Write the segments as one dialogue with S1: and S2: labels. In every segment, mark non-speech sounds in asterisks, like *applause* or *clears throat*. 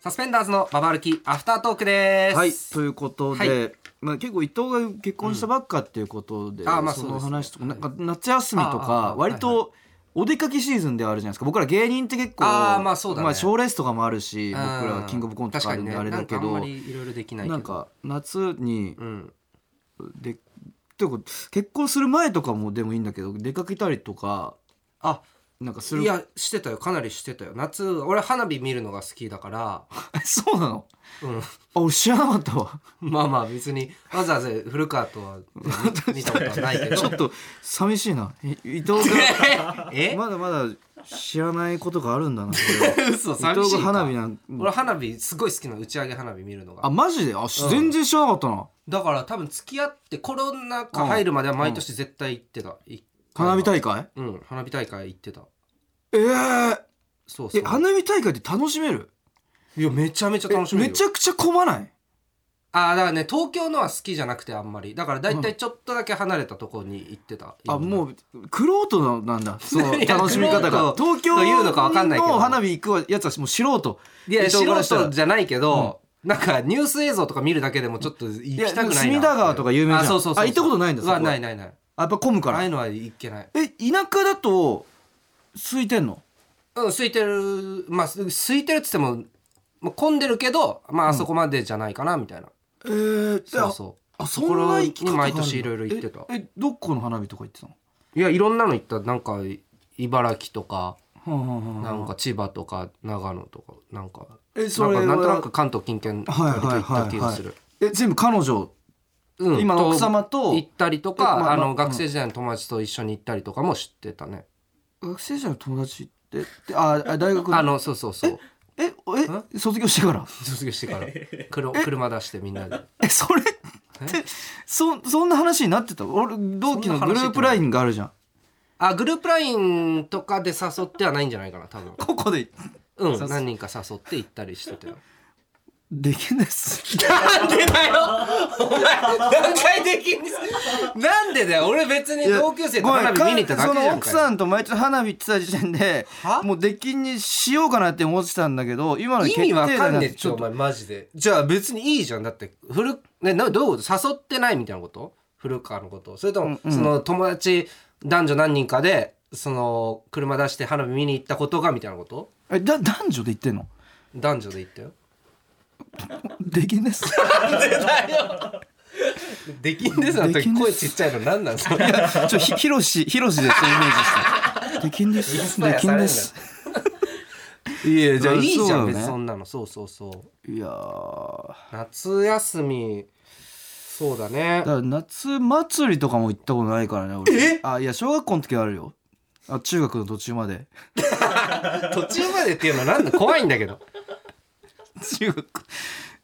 S1: サスペンダーズのババ歩きアフタートークです。
S2: はい、ということで、
S1: は
S2: まあ、結構伊藤が結婚したばっかっていうことで、
S1: んあまあ
S2: その
S1: そうで
S2: 話
S1: す
S2: と
S1: ね
S2: か、なんか夏休みと
S1: あああ
S2: か
S1: あ
S2: 割とお出かけシーズンではあるじゃないですか僕ら芸人って結構
S1: ああまあそうだね
S2: 賞レースとかもあるし
S1: うん
S2: 僕らキングオブコントとかあるんであれだけ
S1: 確
S2: ど、
S1: かにねなんかあんまりいろいろできないけど。
S2: なんか夏に
S1: うん。
S2: でてか結婚する前とかもでもいいんだけど出かけたりとか
S1: あ、
S2: なんかする
S1: いやしてたよかなりしてたよ。夏俺花火見るのが好きだから。
S2: *laughs* そうなの
S1: うん。
S2: あ俺知らなかっ
S1: *laughs*
S2: たわ
S1: まあまあ別にわざわざ古川とは見見たことはないけど。
S2: ちょっと寂しいない伊藤が
S1: え？
S2: まだまだ知らないことがあるんだな。これ
S1: 嘘
S2: は伊
S1: 寂しい
S2: 藤
S1: か。
S2: が花火なん。
S1: 俺花火すごい好きなの打ち上げ花火見るのが
S2: あ、マジで、あ、し全然知らなかったな。
S1: だから多分付き合ってコロナ禍入るまでは毎年絶対行ってた、一回は
S2: 花火大会。
S1: うん花火大会行ってた
S2: ええ
S1: そうそう
S2: え、花火大会って楽しめる。
S1: いやめちゃめちゃ
S2: え
S1: 楽しみ
S2: めちゃくちゃ混まない。
S1: ああだからね東京のは好きじゃなくてあんまりだから大体ちょっとだけ離れたところに行ってた、
S2: あ、も
S1: う
S2: う、くろとのなんだ。その
S1: *laughs* いや
S2: 楽しみ方が。
S1: 玄人
S2: 東京
S1: というのかわかんないけど
S2: の花火行くやつはもう素人。
S1: いや
S2: 伊藤から
S1: 素
S2: したら
S1: 人じゃないけど、なんかニュース映像とか見るだけでもちょっと行きたくないなって
S2: いやでも隅田川とか有名じゃん
S1: あそうそうそうそう
S2: あ行ったことないんだ
S1: う
S2: そこ
S1: わ
S2: は
S1: ないないない
S2: あやっぱ混むか
S1: ああ
S2: ら
S1: いう。のは行けない
S2: え、田舎だと。空いてんの。
S1: うん空いてるまあす空いてるっつっても、まあ、混んでるけどまああそこまでじゃないかなみたいな、
S2: ええ、
S1: そうそう
S2: あ、そんな行き方があるん
S1: ところに毎
S2: だ
S1: 年いろいろ行ってた
S2: え、えどこの花火とか行ってたの。
S1: いやいろんなの行ったなんか茨城とか
S2: はあはあはあ
S1: なんか千葉とか長野とかなんか
S2: え
S1: な
S2: そ
S1: ん
S2: れ
S1: か
S2: は
S1: なんとなく関東近県
S2: はい
S1: 割と
S2: はい
S1: 行
S2: はい
S1: った気がする、
S2: え全部彼女
S1: うん
S2: 今の奥様と
S1: 行ったりと
S2: えま
S1: か、
S2: あまあ
S1: あの
S2: うん
S1: 学生時代の友達と一緒に行ったりとかも知ってたね、
S2: 学生時代の友達ってでああ大学
S1: あのそうそうそう
S2: ええ卒業してから
S1: 卒業して *laughs* から車車出してみんな *laughs* で
S2: えそれってそそんな話になってた俺同期のグループラインがあるじゃん
S1: あグループラインとかで誘ってはないんじゃないかな多分
S2: ここで
S1: うん何人か誘って行ったりしてたよ
S2: できないっす
S1: なんでだよ *laughs* お前何回できん *laughs* すなんでだよ俺別に同級生と花火見に行っただけじ
S2: ご
S1: ゃ
S2: め
S1: ん
S2: んか
S1: か
S2: そ
S1: よ
S2: の奥さんと毎日花火行ってた時点で
S1: は
S2: もう出禁にしようかなって思ってたんだけど今ので
S1: 意味わかんねえっ
S2: 決
S1: て
S2: 定打になって
S1: お前マジでじゃあ別にいいじゃんだって古ねなどういうこと誘ってないみたいなこと古川のことそれとも、その友達男女何人かでその車出して花火見に行ったことがみたいなこと
S2: えだ男女で言ってんの
S1: 男女で言ったよ
S2: でき
S1: *laughs*
S2: ないっす
S1: できんですなんて
S2: できんです
S1: 声ちっちゃいの何なんですか
S2: ちょひひろしひろしでそうイメージ
S1: *laughs*
S2: したできんで
S1: イン
S2: す
S1: スパイ
S2: で
S1: ア
S2: き
S1: さ
S2: ん
S1: れる
S2: で
S1: んだ
S2: すいや
S1: じゃあいいじゃ
S2: そ
S1: ん、
S2: うね
S1: 別にそんなのそうそうそう
S2: いやー
S1: 夏休みそうだね
S2: だから夏祭りとかも行ったことないからね俺あいや小学校の時はあるよあ中学の途中まで
S1: 途中までっていうのはなんだ怖いんだけど
S2: *laughs* 中学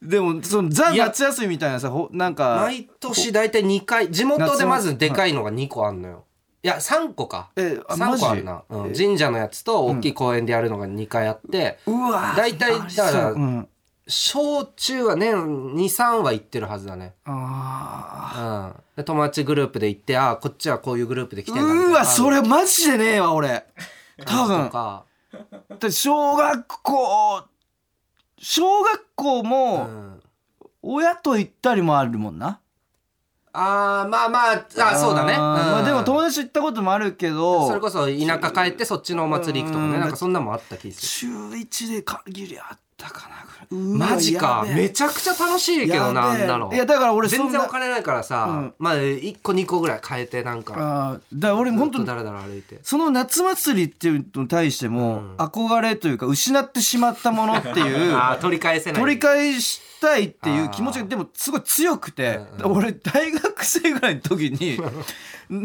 S2: でもそのザ
S1: いや
S2: 夏休みみたいなさほなんか
S1: 毎年大体2回地元でまずでかいのが2個あんのよいや3個か
S2: えあマ
S1: 3
S2: ジ
S1: 個あるな、うん神社のやつと大きい公園でやるのが2回あって、
S2: うわー
S1: 大体
S2: ありそう
S1: だから
S2: うん、
S1: 小中は年23は行ってるはずだね、
S2: あ
S1: うん、で友達グループで行ってああこっちはこういうグループで来て
S2: ー
S1: んだみたいな
S2: うわそれマジでねえわ俺多分
S1: とか、
S2: だって小学校小学校
S1: う
S2: も
S1: ん、
S2: 親と行ったりもあるもんな、
S1: ああまあまああそうだね、
S2: あーまあ、でも友達と行ったこともあるけど
S1: それこそ田舎帰ってそっちのお祭り行くとか
S2: う
S1: ね
S2: ん
S1: なんかそんなのもあった気がす
S2: 中1で限りあったかなぐらい
S1: るマジかめ
S2: ち
S1: ちゃくちゃ楽しいけどなあんなの
S2: いやだから俺そ
S1: 全
S2: ん
S1: 然
S2: な
S1: お金ないからさ、
S2: うん
S1: まあ1個2個ぐらい変えてなんか
S2: あーだから俺本当
S1: ずっと
S2: に
S1: だらだら歩いて
S2: その夏祭りっていうのに対しても、
S1: うん
S2: 憧れというか失ってしまったものっていう
S1: *laughs* あー取り返せない
S2: *laughs* 取り返したいっていう気持ち
S1: あ
S2: が
S1: ー
S2: でもすごい強くて、
S1: うんうん
S2: 俺大学生ぐらいの時
S1: *laughs*
S2: に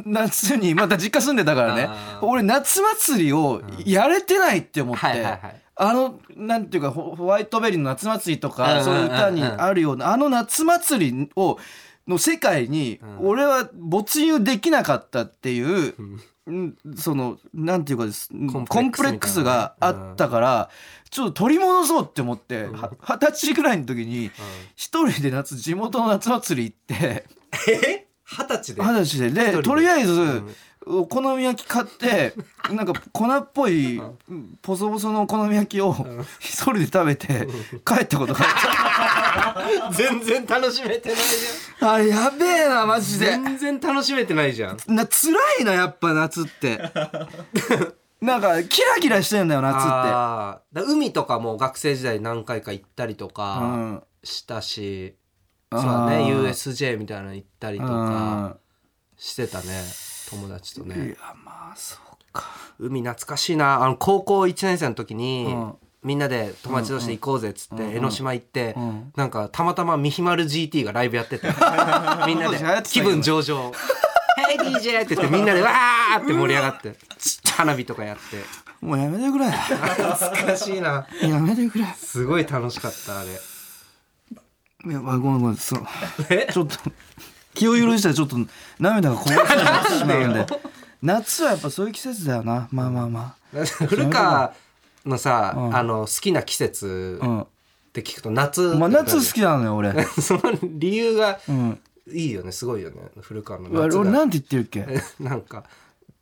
S2: 夏にまた実家住んでたからね
S1: あー
S2: 俺夏祭りをやれてないって思って、
S1: はいはいはい
S2: あのなんていうかホホワイトベリーの夏祭りと
S1: うんうんうんう
S2: か
S1: ん
S2: そういう歌にあるようなあの夏祭りをの世界に
S1: うん
S2: 俺は没入できなかったっていう
S1: うん、
S2: うんそのなんていうかです
S1: コンプレックスみたいな
S2: コ
S1: ね
S2: ンプレックスがあったからちょっと取り戻そうって思って
S1: ん
S2: は二十歳ぐらいの時に一人で夏地元の夏祭り行って
S1: え二十歳で
S2: 二十歳で
S1: 人
S2: で
S1: で
S2: とりあえず
S1: ん
S2: お好み焼き
S1: *laughs*
S2: 買ってなんか粉っぽいポソポソのお好み焼きを一人で食べて帰ったことが
S1: 全然楽しめてないじ *laughs*
S2: あるあれやべえなマジ
S1: ゃ
S2: で
S1: ん全然楽しめてないじゃん
S2: な辛いなやっぱ夏って
S1: *laughs*
S2: なんかキラキラしてんだよ夏って
S1: あーだから海とかも学生時代何回か行ったりと
S2: う
S1: か
S2: ん
S1: したし、
S2: あー
S1: そうだね USJ みたいなの行ったりと
S2: う
S1: か
S2: ん
S1: してたね友達と
S2: い
S1: ね
S2: やまあそうか
S1: 海懐かしいなあの高校1年生の時に、
S2: うん
S1: みんなで友達同士で行こうぜっつって、江ノ島行って、
S2: うん
S1: なんかたまたまミヒマル GT がライブやっ
S2: *laughs*
S1: ててみんなで
S2: 流行ってた
S1: 気
S2: よ
S1: 分上
S2: *laughs*
S1: 々「ヘイ DJ!」って言ってみんなでわーって盛り上がって花火とかやって
S2: もうやめてくれ
S1: 懐かしいな
S2: やめてくれい
S1: すごい楽しかったあれ
S2: やばいごめんごめんその
S1: え
S2: ちょっと気を許したらちょっと涙がこぼれそうになってしまうん
S1: *laughs* なん
S2: で
S1: でよ
S2: 夏はやっぱそういう季節だよなまあまあま
S1: *laughs* 古川のさ、
S2: うん
S1: あの好きな季節
S2: あうん
S1: って聞くと夏、
S2: まあ夏好きなのよ俺
S1: き *laughs* その理由が
S2: うん
S1: いいよねすごいよね古川の
S2: う
S1: *laughs*
S2: わ
S1: 夏
S2: 俺
S1: が
S2: なんて言ってるっけ
S1: *laughs* なんか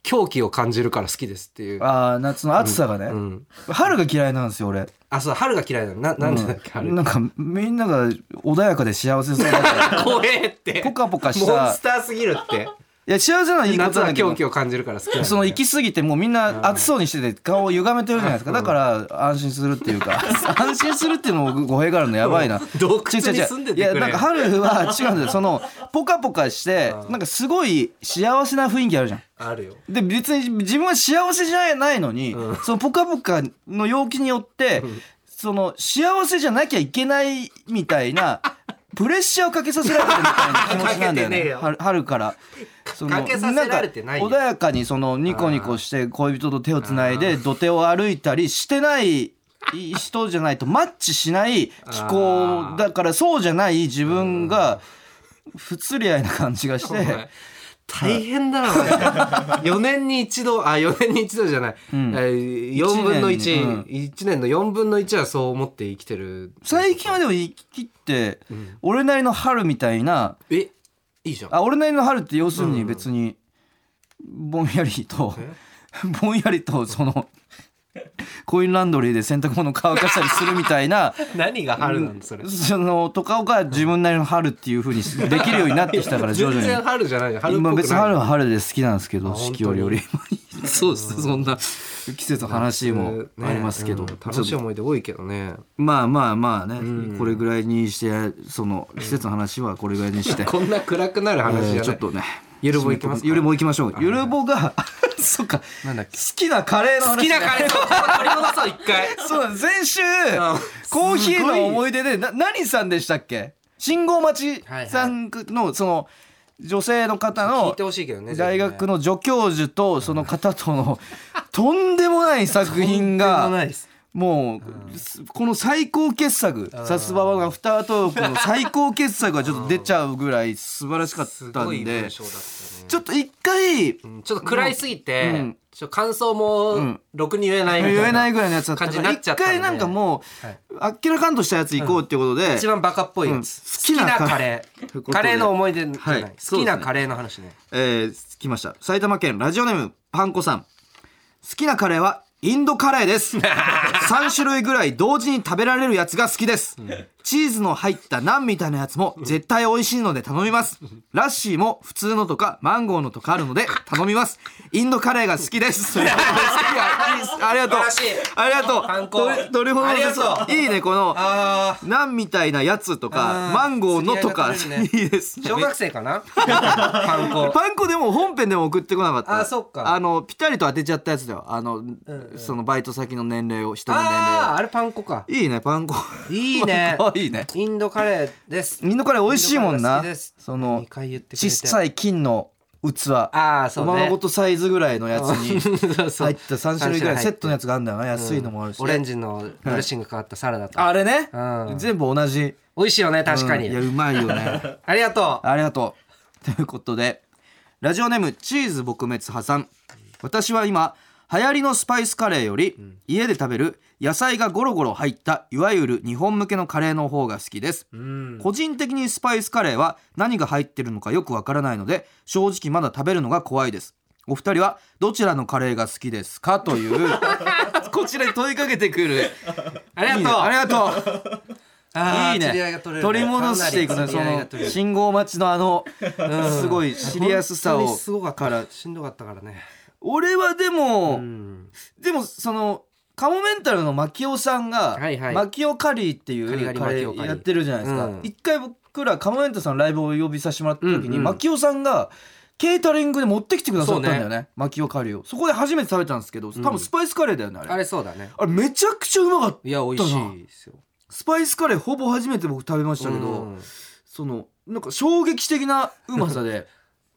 S1: 狂気を感じるから好きですっていう、
S2: ああ夏の暑さが
S1: う
S2: ね
S1: ん、
S2: 春が嫌いなんですよ俺
S1: あそう春が嫌いなのななんでだっけ、
S2: うん
S1: 春
S2: なんかみんなが穏やかで幸せそ
S1: *laughs*
S2: うだ
S1: 怖えって
S2: ポカポカし
S1: モン
S2: た
S1: スターすぎるって
S2: いや幸せなのはいいこ
S1: 夏
S2: とな
S1: は
S2: んだけ
S1: 狂
S2: ど
S1: 気を感じるから好きなのね
S2: その行き過ぎてもうみんな暑そうにしてて顔を歪めてるじゃないですかだから安心するってい
S1: *laughs*
S2: うか安心するっていうのも語弊があるのやばいな
S1: 洞
S2: 違
S1: 窟
S2: う
S1: に
S2: 違う違
S1: 住んで
S2: う
S1: て
S2: い
S1: く
S2: や
S1: れ
S2: なんか春は違うんだよそのポカポカして
S1: うん
S2: なんかすごい幸せな雰囲気あるじゃん
S1: あるよ
S2: で別に自分は幸せじゃないのに、
S1: うん
S2: そのポカポカの陽気によって、その幸せじゃなきゃいけないみた
S1: *laughs*
S2: いなプレッシャーをかけさせられてるみたいな気持ちなんだよ
S1: かけてねえ
S2: ね
S1: よ
S2: 春春から。その
S1: かけさせられてないよ
S2: んか穏やかにそのニコニコして恋人と手をつないで土手を歩いたりして
S1: *laughs*
S2: ない人じゃないとマッチしない気
S1: あー
S2: 候だからそうじゃない自分が不釣り合いな感じがし
S1: お
S2: て。
S1: 前大変だな、4
S2: *laughs*
S1: 年に一度あ4年に一度じゃない、
S2: ん
S1: えー、4分の
S2: 一年にうん
S1: 11年の4分の1はそう思って生きてる
S2: 最近はでも生き切って、
S1: ん
S2: 俺なりの春みたいな
S1: えいいじゃん
S2: あ俺なりの春って要するに別にぼんやりと、 *laughs* ぼんやりとそのコインランドリーで洗濯物乾かしたりするみたい
S1: *laughs*
S2: な
S1: 何が春なんだそれ
S2: そのとかが自分なりの春っていう風にできるようになってきたから徐
S1: 全
S2: 々に
S1: 然春じゃないじゃん春っぽ
S2: 今
S1: くない
S2: 別に春は春で好きなんですけ
S1: あ
S2: ど
S1: 本当
S2: 四
S1: に
S2: 季折よりそうですねそんな *laughs* 季節の話もありますけど、
S1: ねうん楽しい思い出多いけどね
S2: まあまあまあね、
S1: うん
S2: これぐらいにしてその季節の話はこれぐらいにして、
S1: こんな暗くなる話じゃない、
S2: えーちょっとね
S1: ゆるぼ行きますか
S2: ゆるぼ行きましょうゆるぼが *laughs* そっか
S1: なんだっ
S2: 好きなカレーの話
S1: 好きなカレーそう取り戻そう一回
S2: そうなんです先週
S1: ん
S2: コーヒーの思い出でな何さんでしたっけ信号待ちさんのその女性の方
S1: *laughs* 聞い
S2: の
S1: てほしいけどね
S2: 大学
S1: の
S2: の助教授とその方とのとんでもない作品がもうすこの最高傑作さすばばのアフタートークの最高傑作がちょっと出ちゃうぐらい素晴らしかっ
S1: す
S2: た
S1: ごい
S2: んで
S1: 文章だったね
S2: ちょっと一回
S1: うんちょっと暗いすぎて、
S2: うん
S1: ちょっと感想も
S2: ん
S1: ろくに言えないみたいな
S2: 言えないぐらいのやつだった
S1: 感じ
S2: か
S1: にな
S2: ら
S1: っちゃ
S2: 一
S1: ったんで
S2: 回なんかもう明らかんとしたやつ行こうっていうことで
S1: 一番バカっぽいやつ、
S2: うん
S1: 好
S2: 好
S1: き
S2: き
S1: な
S2: な
S1: カ
S2: カ
S1: レ
S2: レ
S1: ーカレーの思い出じゃない、
S2: はい
S1: 好きなカレーの話ね
S2: えー来ました埼玉県ラジオネームパンコさん好きなカレーはインドカレーです
S1: *laughs*
S2: 3種類ぐらい同時に食べられるやつが好きです、チーズの入ったナンみたいなやつも絶対美味しいので頼みますラッシーも普通のとかマンゴーのとかあるので頼みますインドカレーが好きで
S1: *laughs*
S2: す好きがいいですありがと
S1: 素
S2: う
S1: 晴らしい
S2: ありがとう
S1: パンコ
S2: 鳥鳥ほど
S1: ありがとう
S2: いいねこの
S1: あ
S2: ナンみたいなやつと
S1: あー
S2: かマンゴーのとか
S1: 釣り合いが取れる
S2: *laughs* いいですね
S1: 小学生かなパン粉
S2: *laughs* パン粉でも本編でも送ってこなかった
S1: あそっか
S2: あのピタリと当てちゃったやつだよあの、そのバイト先の年齢を人の
S1: あ
S2: 年
S1: あ
S2: 齢
S1: あれパン粉か
S2: をいいねパン粉
S1: いい
S2: *laughs*
S1: ね
S2: パン粉いいね
S1: インドカレーです
S2: みんなこれ美味しいもん
S1: インドカレーが好
S2: な
S1: きです
S2: その
S1: 二回言ってくれて
S2: 小さい金の器
S1: ああそうね
S2: おままごとサイズぐらいのやつ
S1: *laughs*
S2: に
S1: そうそう
S2: 入った3種類ぐらい
S1: 三
S2: セットのやつがあるんだよな安いのもあるし、
S1: オレンジのドレッシング変わったサラダと、
S2: あれね、
S1: うん
S2: 全部同じ
S1: 美味しいよね確かに、
S2: うんいやうまいよね
S1: ありがとう
S2: ありがとう。ということで、ラジオネームチーズ撲滅破産。私は今、流行りのスパイスカレーより、家で食べる野菜がゴロゴロ入った、いわゆる日本向けのカレーの方が好きです。
S1: うん
S2: 個人的にスパイスカレーは何が入ってるのかよくわからないので、正直まだ食べるのが怖いです。お二人はどちらのカレーが好きですかという
S1: *laughs*
S2: こちらに問いかけてくる
S1: ありがとう
S2: いいねあり
S1: *laughs*
S2: がとう
S1: あー
S2: いいね
S1: 釣り合いが取れるね
S2: 取り戻してい
S1: か
S2: く
S1: な
S2: ね
S1: り
S2: そ
S1: 釣り合いが取
S2: の
S1: れる
S2: 信号待ちのあのすごいシリアスさ
S1: 本
S2: を
S1: 当にすごかった
S2: から
S1: しんどかったからね
S2: 俺はでも、
S1: うん
S2: でもそのカモメンタルのマキオさんが、
S1: はいはい
S2: マキオカリーっていう
S1: カリガリ
S2: カレ
S1: マキオカリ
S2: ー
S1: ー
S2: やってるじゃないですか、
S1: うん
S2: 一回僕らカモメンタルさんのライブをお呼びさせてもらった時に、
S1: うんうん
S2: マキオさんがケータリングで持ってきてくださったんだよ
S1: そう
S2: ねマキオカリーをそこで初めて食べたんですけど多分スパイスカレーだよねあれ,、
S1: あれそうだね
S2: あれめちゃくちゃうまかった
S1: いや美味しいですよ
S2: スパイスカレーほぼ初めて僕食べましたけど、
S1: うん
S2: そのなんか衝撃的なうま
S1: *laughs*
S2: さで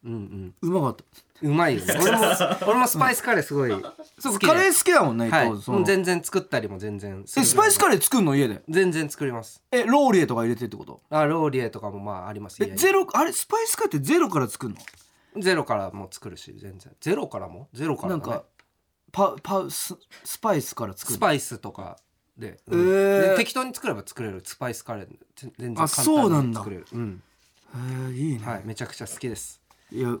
S1: うん
S2: うまかった
S1: うんうまいよ
S2: *laughs*
S1: ね俺も俺もスパイスカレーすごい
S2: そう
S1: 好きで
S2: カレー好きだもんね、
S1: はい
S2: 伊藤その
S1: もう全然作ったりも全然す
S2: え
S1: る
S2: スパイスカレー作るの家で
S1: 全然作ります
S2: えローリエとか入れてってこと
S1: あローリエとかもまああります
S2: え
S1: 家に
S2: ゼロあれスパイスカレーってゼロから作るの
S1: ゼロからも作るし全然ゼロからもゼロから
S2: な
S1: だ
S2: ん
S1: ね
S2: かパパススパイスから作
S1: ス
S2: る
S1: パイスとかで,、
S2: えー
S1: で適当に作れば作れるスパイスカレー全然簡
S2: あそうな
S1: 単
S2: ん
S1: に
S2: だ
S1: 作れるうん
S2: えー、いいね、
S1: はいめちゃくちゃ好きです
S2: い、や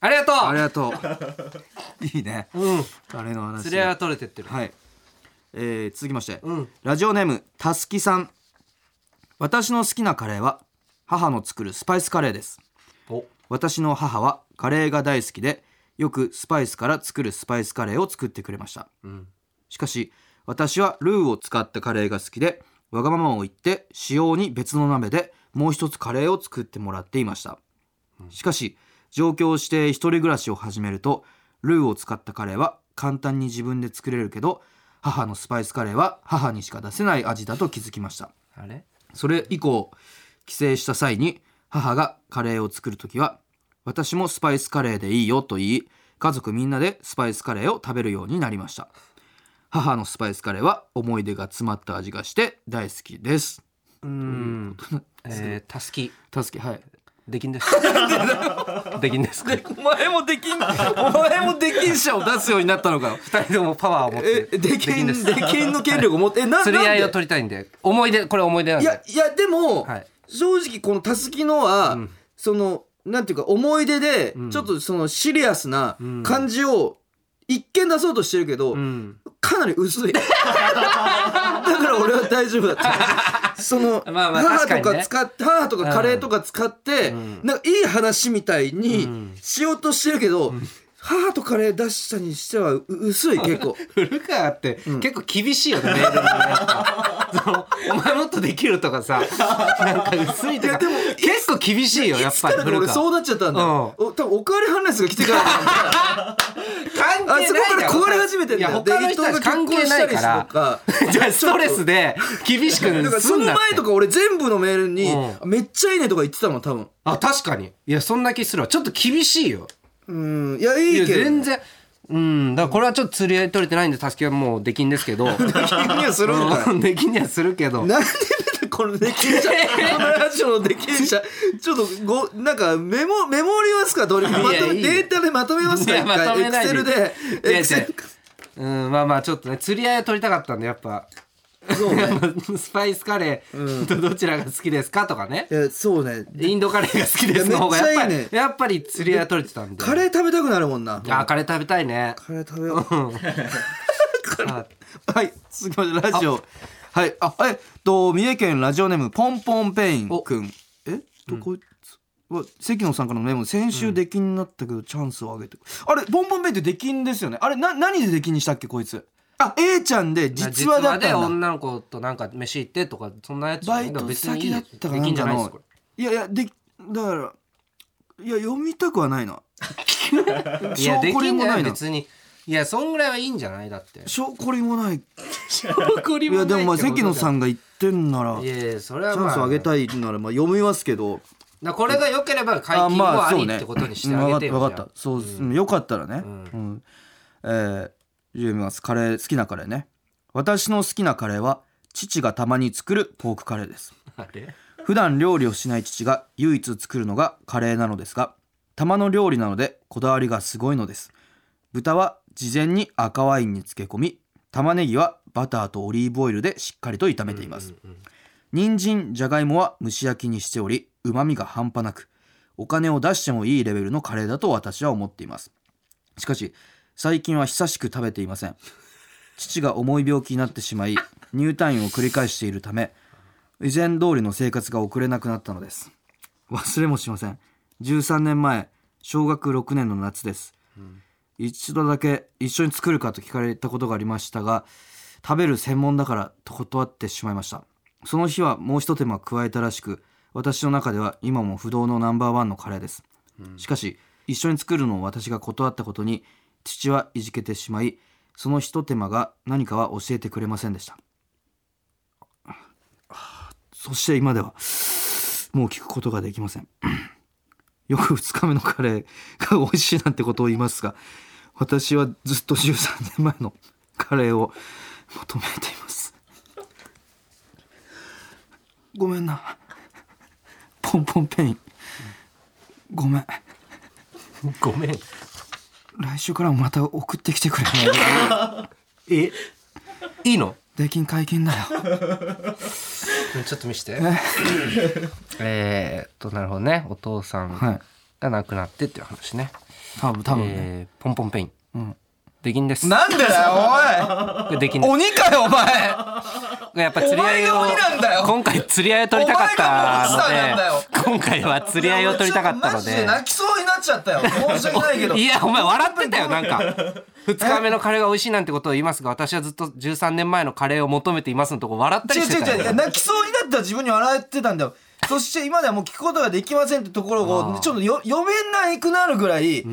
S1: ありがとう
S2: ありがと *laughs* ういいね
S1: うん
S2: カレーの話
S1: 釣り合いは取れてってる、
S2: はい、えー、続きまして、
S1: うん
S2: ラジオネームたすきさん私の好きなカレーは母の作るスパイスカレーです
S1: お
S2: 私の母はカレーが大好きでよくスパイスから作るスパイスカレーを作ってくれました
S1: うん
S2: しかし私はルーを使ったカレーが好きでわがままを言って使用に別の鍋でもう一つカレーを作ってもらっていましたしかし上京して一人暮らしを始めるとルーを使ったカレーは簡単に自分で作れるけど母のスパイスカレーは母にしか出せない味だと気づきました
S1: あれ
S2: それ以降帰省した際に母がカレーを作る時は私もスパイスカレーでいいよと言い家族みんなでスパイスカレーを食べるようになりました母のスパイスカレーは思い出が詰まった味がして大好きです *laughs*
S1: うんえー、たすき
S2: 助けはい
S1: できんです
S2: *laughs*
S1: できんですか
S2: お前もでき *laughs* んお前もできん者を出すようになったのかよ
S1: 二人ともパワーを持って
S2: え
S1: る
S2: できんできんの権力を持ってえな
S1: 釣り合い
S2: な
S1: を
S2: んで
S1: 取りたいんで思い出これ思い出なん
S2: い
S1: で
S2: やいやでも、
S1: はい
S2: 正直このたすきのは、
S1: うん
S2: そのなんていうか思い出で
S1: うん
S2: ちょっとそのシリアスな
S1: うん
S2: 感じを一見出そうとしてるけど、
S1: うん
S2: かなり薄い *laughs* だから俺は大丈夫
S1: *laughs*
S2: だったその、
S1: まあまあ
S2: 母
S1: 確か
S2: と
S1: にね
S2: か使って母とかカレーとか使って、
S1: うん
S2: なんかいい話みたいに
S1: うん
S2: しようとしてるけど、母とカレー出したにしてはう薄い結構
S1: 古川って結構厳しいよね、メールのねやっぱそのお前もっとできるとかさなんか薄いとか結構厳しいよやっぱり
S2: だか
S1: 古
S2: ら俺そ
S1: 川
S2: うなっちゃったんだよ、お多分おかわりハンナスが来てからなんだよ
S1: 関
S2: あそこから
S1: こ
S2: 壊れ始めてん
S1: い
S2: だ
S1: や
S2: よ。
S1: 他の人たち関係ない
S2: で伊
S1: か
S2: 藤が結婚したり
S1: ら
S2: と
S1: *laughs*
S2: か
S1: じゃあストレスで厳しくすん
S2: だ
S1: なって
S2: からその前とか俺全部のメールに
S1: う
S2: めっちゃいいねとか言ってたもん多分。
S1: あ確かにいやそんな気するわちょっと厳しいよ
S2: うんいや
S1: い
S2: い
S1: や
S2: いけど。
S1: 全。
S2: *laughs*
S1: 然うんだからこれはちょっと釣り合い取れてないんで助けはもうできんですけど
S2: にはするんかよ
S1: うんできんにはするけど
S2: なんで出たこの出禁者このラジオの出禁
S1: *laughs*
S2: 者ちょっとごなんかメモメモりますかどれまと
S1: いや
S2: め
S1: いやいや
S2: データでまとめます
S1: い
S2: か
S1: や
S2: 一回エクセルで
S1: いや
S2: エクセ
S1: 違
S2: ル
S1: ううんまあまあちょっとね釣り合いを取りたかったんでやっぱ
S2: そうね
S1: スパイスカレーとどちらが好きですかとかね
S2: いやそうね
S1: インドカレーが好きですの方が
S2: いやめ
S1: やっぱ
S2: っちゃいいね
S1: りやっぱり釣り合いは取れてたんで
S2: カレー食べたくなるもんな。
S1: あカレー食べたいね
S2: カレー食べよう。
S1: あ
S2: はい、続きまして、ラジオ。はい、あ、えっと、三重県ラジオネーム、ポンポンペインくん。えっと、こいつは、関野さんからのメモ、先週出禁になったけど、チャンスをあげて。あれ、ポンポンペインって出禁ですよね。あれ、な、何で出禁にしたっけ、こいつ。あ、A ちゃんで、実話だっ
S1: 実で
S2: たんだ。
S1: 女の子となんか飯行ってとかそんなやつ
S2: バイト
S1: 別にい
S2: 先
S1: い
S2: だ
S1: よ
S2: ったか
S1: で
S2: な
S1: き
S2: ん
S1: んじ
S2: か
S1: ゃないです
S2: の
S1: これ。
S2: いやいや、で、だから、いや、読みたくはないな。
S1: いや
S2: 証
S1: で
S2: 拠
S1: き
S2: り
S1: ん
S2: も
S1: じゃ
S2: な
S1: ないい
S2: な。
S1: 別にいやそんぐらいはいいんじゃないだって
S2: 証拠りもない。
S1: こり
S2: いや、でもまあ、関野さ
S1: ん
S2: んが言ってんなら、
S1: い
S2: チ
S1: やいやそれは
S2: ャ
S1: ま
S2: ン
S1: あ
S2: スをあげたいなら、まあ、読みますけ
S1: だ
S2: ど。
S1: からこれが良ければ解禁もありってことにしてあげてよ
S2: 分かった分かったそう、うんよかったらね、う
S1: うんん
S2: えー読みますカレー好きなカレーね私の好きなカレーは父がたまに作るポークカレーです
S1: じゃああれ
S2: 普段料理をしない父が唯一作るのがカレーなのですが玉の料理なのでこだわりがすごいのです豚は事前に赤ワインに漬け込み玉ねぎはバターとオリーブオイルでしっかりと炒めています、人参じゃがいもは蒸し焼きにしておりうまみが半端なくお金を出してもいいレベルのカレーだと私は思っていますしかし最近は久しく食べていません父が重い病気になってしまい入退院を繰り返しているため以前通りの生活が送れなくなったのです忘れもしません13年前小学6年の夏です、一度だけ一緒に作るかと聞かれたことがありましたが食べる専門だからと断ってしまいましたその日はもう一手間加えたらしく私の中では今も不動のナンバーワンのカレーです、しかし一緒に作るのを私が断ったことに父はいじけてしまいその一手間が何かは教えてくれませんでしたそして今ではもう聞くことができません *clears throat* よく2日目のカレーが美味しいなんてことを言いますが私はずっと13年前のカレーを求めていますごめんなポンポンペインごめん
S1: ごめん
S2: 来週からもまた送ってきてく
S1: *laughs*
S2: れないえ
S1: いいの
S2: 税金解禁だよ
S1: ちょっと見して *laughs* えーっとなるほどねお父さん
S2: はい
S1: が亡くなってっていう話ね、
S2: 多分多分ね、
S1: えーポンポンペイン、
S2: ん
S1: できんです
S2: なんでだよ
S1: これできんで
S2: おい鬼かよお前
S1: すやっぱ釣り合いを
S2: お前が鬼なんだよ
S1: 今回釣り合いを取りたかった
S2: お前がモンスターなん
S1: ので今回は釣り合いを取りたかったの
S2: いや俺ちょっとマジ
S1: で
S2: 泣きそうになっちゃ *laughs* ったよ申し訳ないけど
S1: いやお前笑ってたよなんか2日目のカレーが美味しいなんてことを言いますが私はずっと13年前のカレーを求めていますのとこ笑った
S2: 違
S1: り
S2: う
S1: してた
S2: 違う違ういや
S1: よ
S2: 泣きそうになった自分に笑ってたんだよそして今ではもう聞くことができませんってところ
S1: あ
S2: を
S1: ー
S2: ちょっとよ読めないくなるぐらい、ち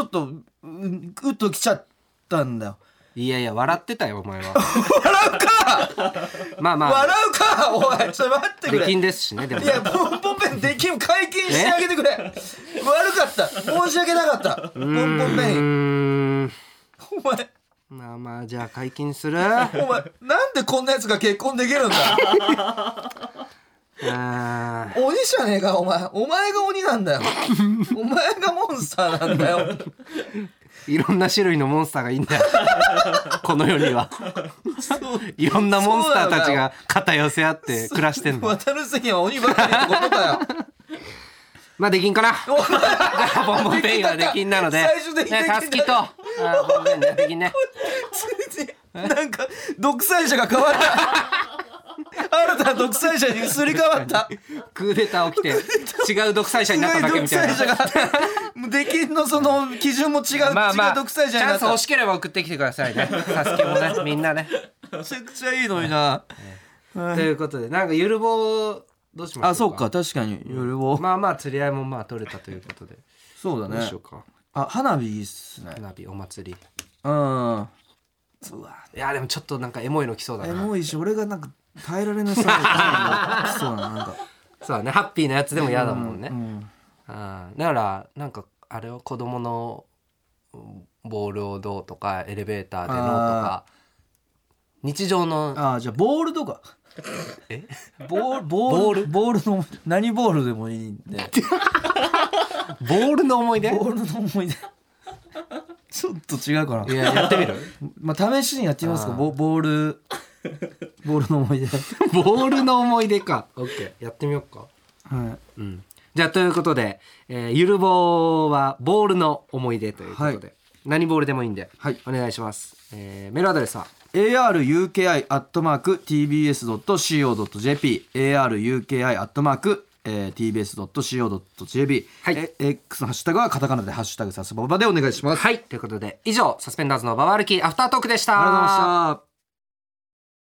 S2: ょっとうんうっときちゃったんだよ
S1: いやいや笑ってたよお前
S2: *laughs*
S1: は
S2: 笑うか
S1: まあまあ
S2: 笑うかおいちょっと待ってく
S1: で
S2: れ
S1: きん
S2: い
S1: ですしねでも
S2: やポンポンペンできん解禁してあげてくれ悪かった申し訳なかったポンポンペ
S1: うー
S2: ン
S1: ん
S2: お前
S1: まあまあじゃあ解禁する *laughs*
S2: お前なんでこんなやつが結婚できるんだ
S1: あ
S2: 鬼じゃねえかお前お前が鬼なんだよお前がモンスターなんだよ
S1: ーいろんな種類のモンスターがいいんだ
S2: *laughs*
S1: よこの世にはいろんなモンスターたちが肩寄せ合って暮らしてんの
S2: 渡る席は鬼ばかりってことだよ
S1: まあできんかなボンボンペインはできんなので
S2: 最終的にで
S1: ね
S2: きんだ
S1: たすきとあーボンボンペインできんね
S2: ついになんか独裁者が変わった新たな独裁者にすり替わった
S1: クーデター起きて違う独裁者になっただけ
S2: 独
S1: みたい
S2: 裁
S1: な
S2: 者が出禁のその基準も違う、
S1: まあま
S2: 違
S1: あ
S2: う独
S1: チ
S2: 裁者に
S1: ャ
S2: な
S1: ン
S2: っ
S1: ス
S2: た
S1: 欲しければ送ってきてくださいねたすきもねみんなね
S2: *laughs* めちゃくちゃいいのにな
S1: ということでなんかゆるぼどうしましょうか
S2: あそうか確かに夜も
S1: まあまあ釣り合いもまあ取れたということで
S2: そうだ
S1: どう
S2: ね
S1: しようか
S2: あ花火いいっすね
S1: 花火お祭り
S2: うんうわ
S1: いやでもちょっとなんかエモいの来そうだ
S2: エ
S1: な
S2: モいし俺がなんか耐えられなさいそうだななんか
S1: そうだねハッピーなやつでも嫌だもんね、
S2: うん
S1: あーだからなんかあれを子供のうんボールをどうとかエレベーターでのとか日常
S2: *laughs*
S1: の
S2: ああじゃあボールとか
S1: え
S2: ボールボールボールの何ボールでもいいんで
S1: ボールの思 *laughs* い出
S2: ボールの思い出ちょっと違うかない
S1: ややってみる
S2: まあ試しにやってみますかボボールボールの *laughs* 思い出は
S1: ボールの思い出かオッケーやってみようか
S2: い
S1: うんじゃあということで、えーゆるぼうはボールの思い出ということで、
S2: は
S1: 何ボールでもいいんで、
S2: はい
S1: お願いします、えーメールアドレスは
S2: aruki.tbs.co.jp aruki.tbs.co.jp
S1: はい
S2: え X のハッシュタグはカタカナで「ハッシュタグさすばば」でお願いします
S1: はいということで以上サスペンダーズのババ歩きアフタートークでした
S2: ありがとうございました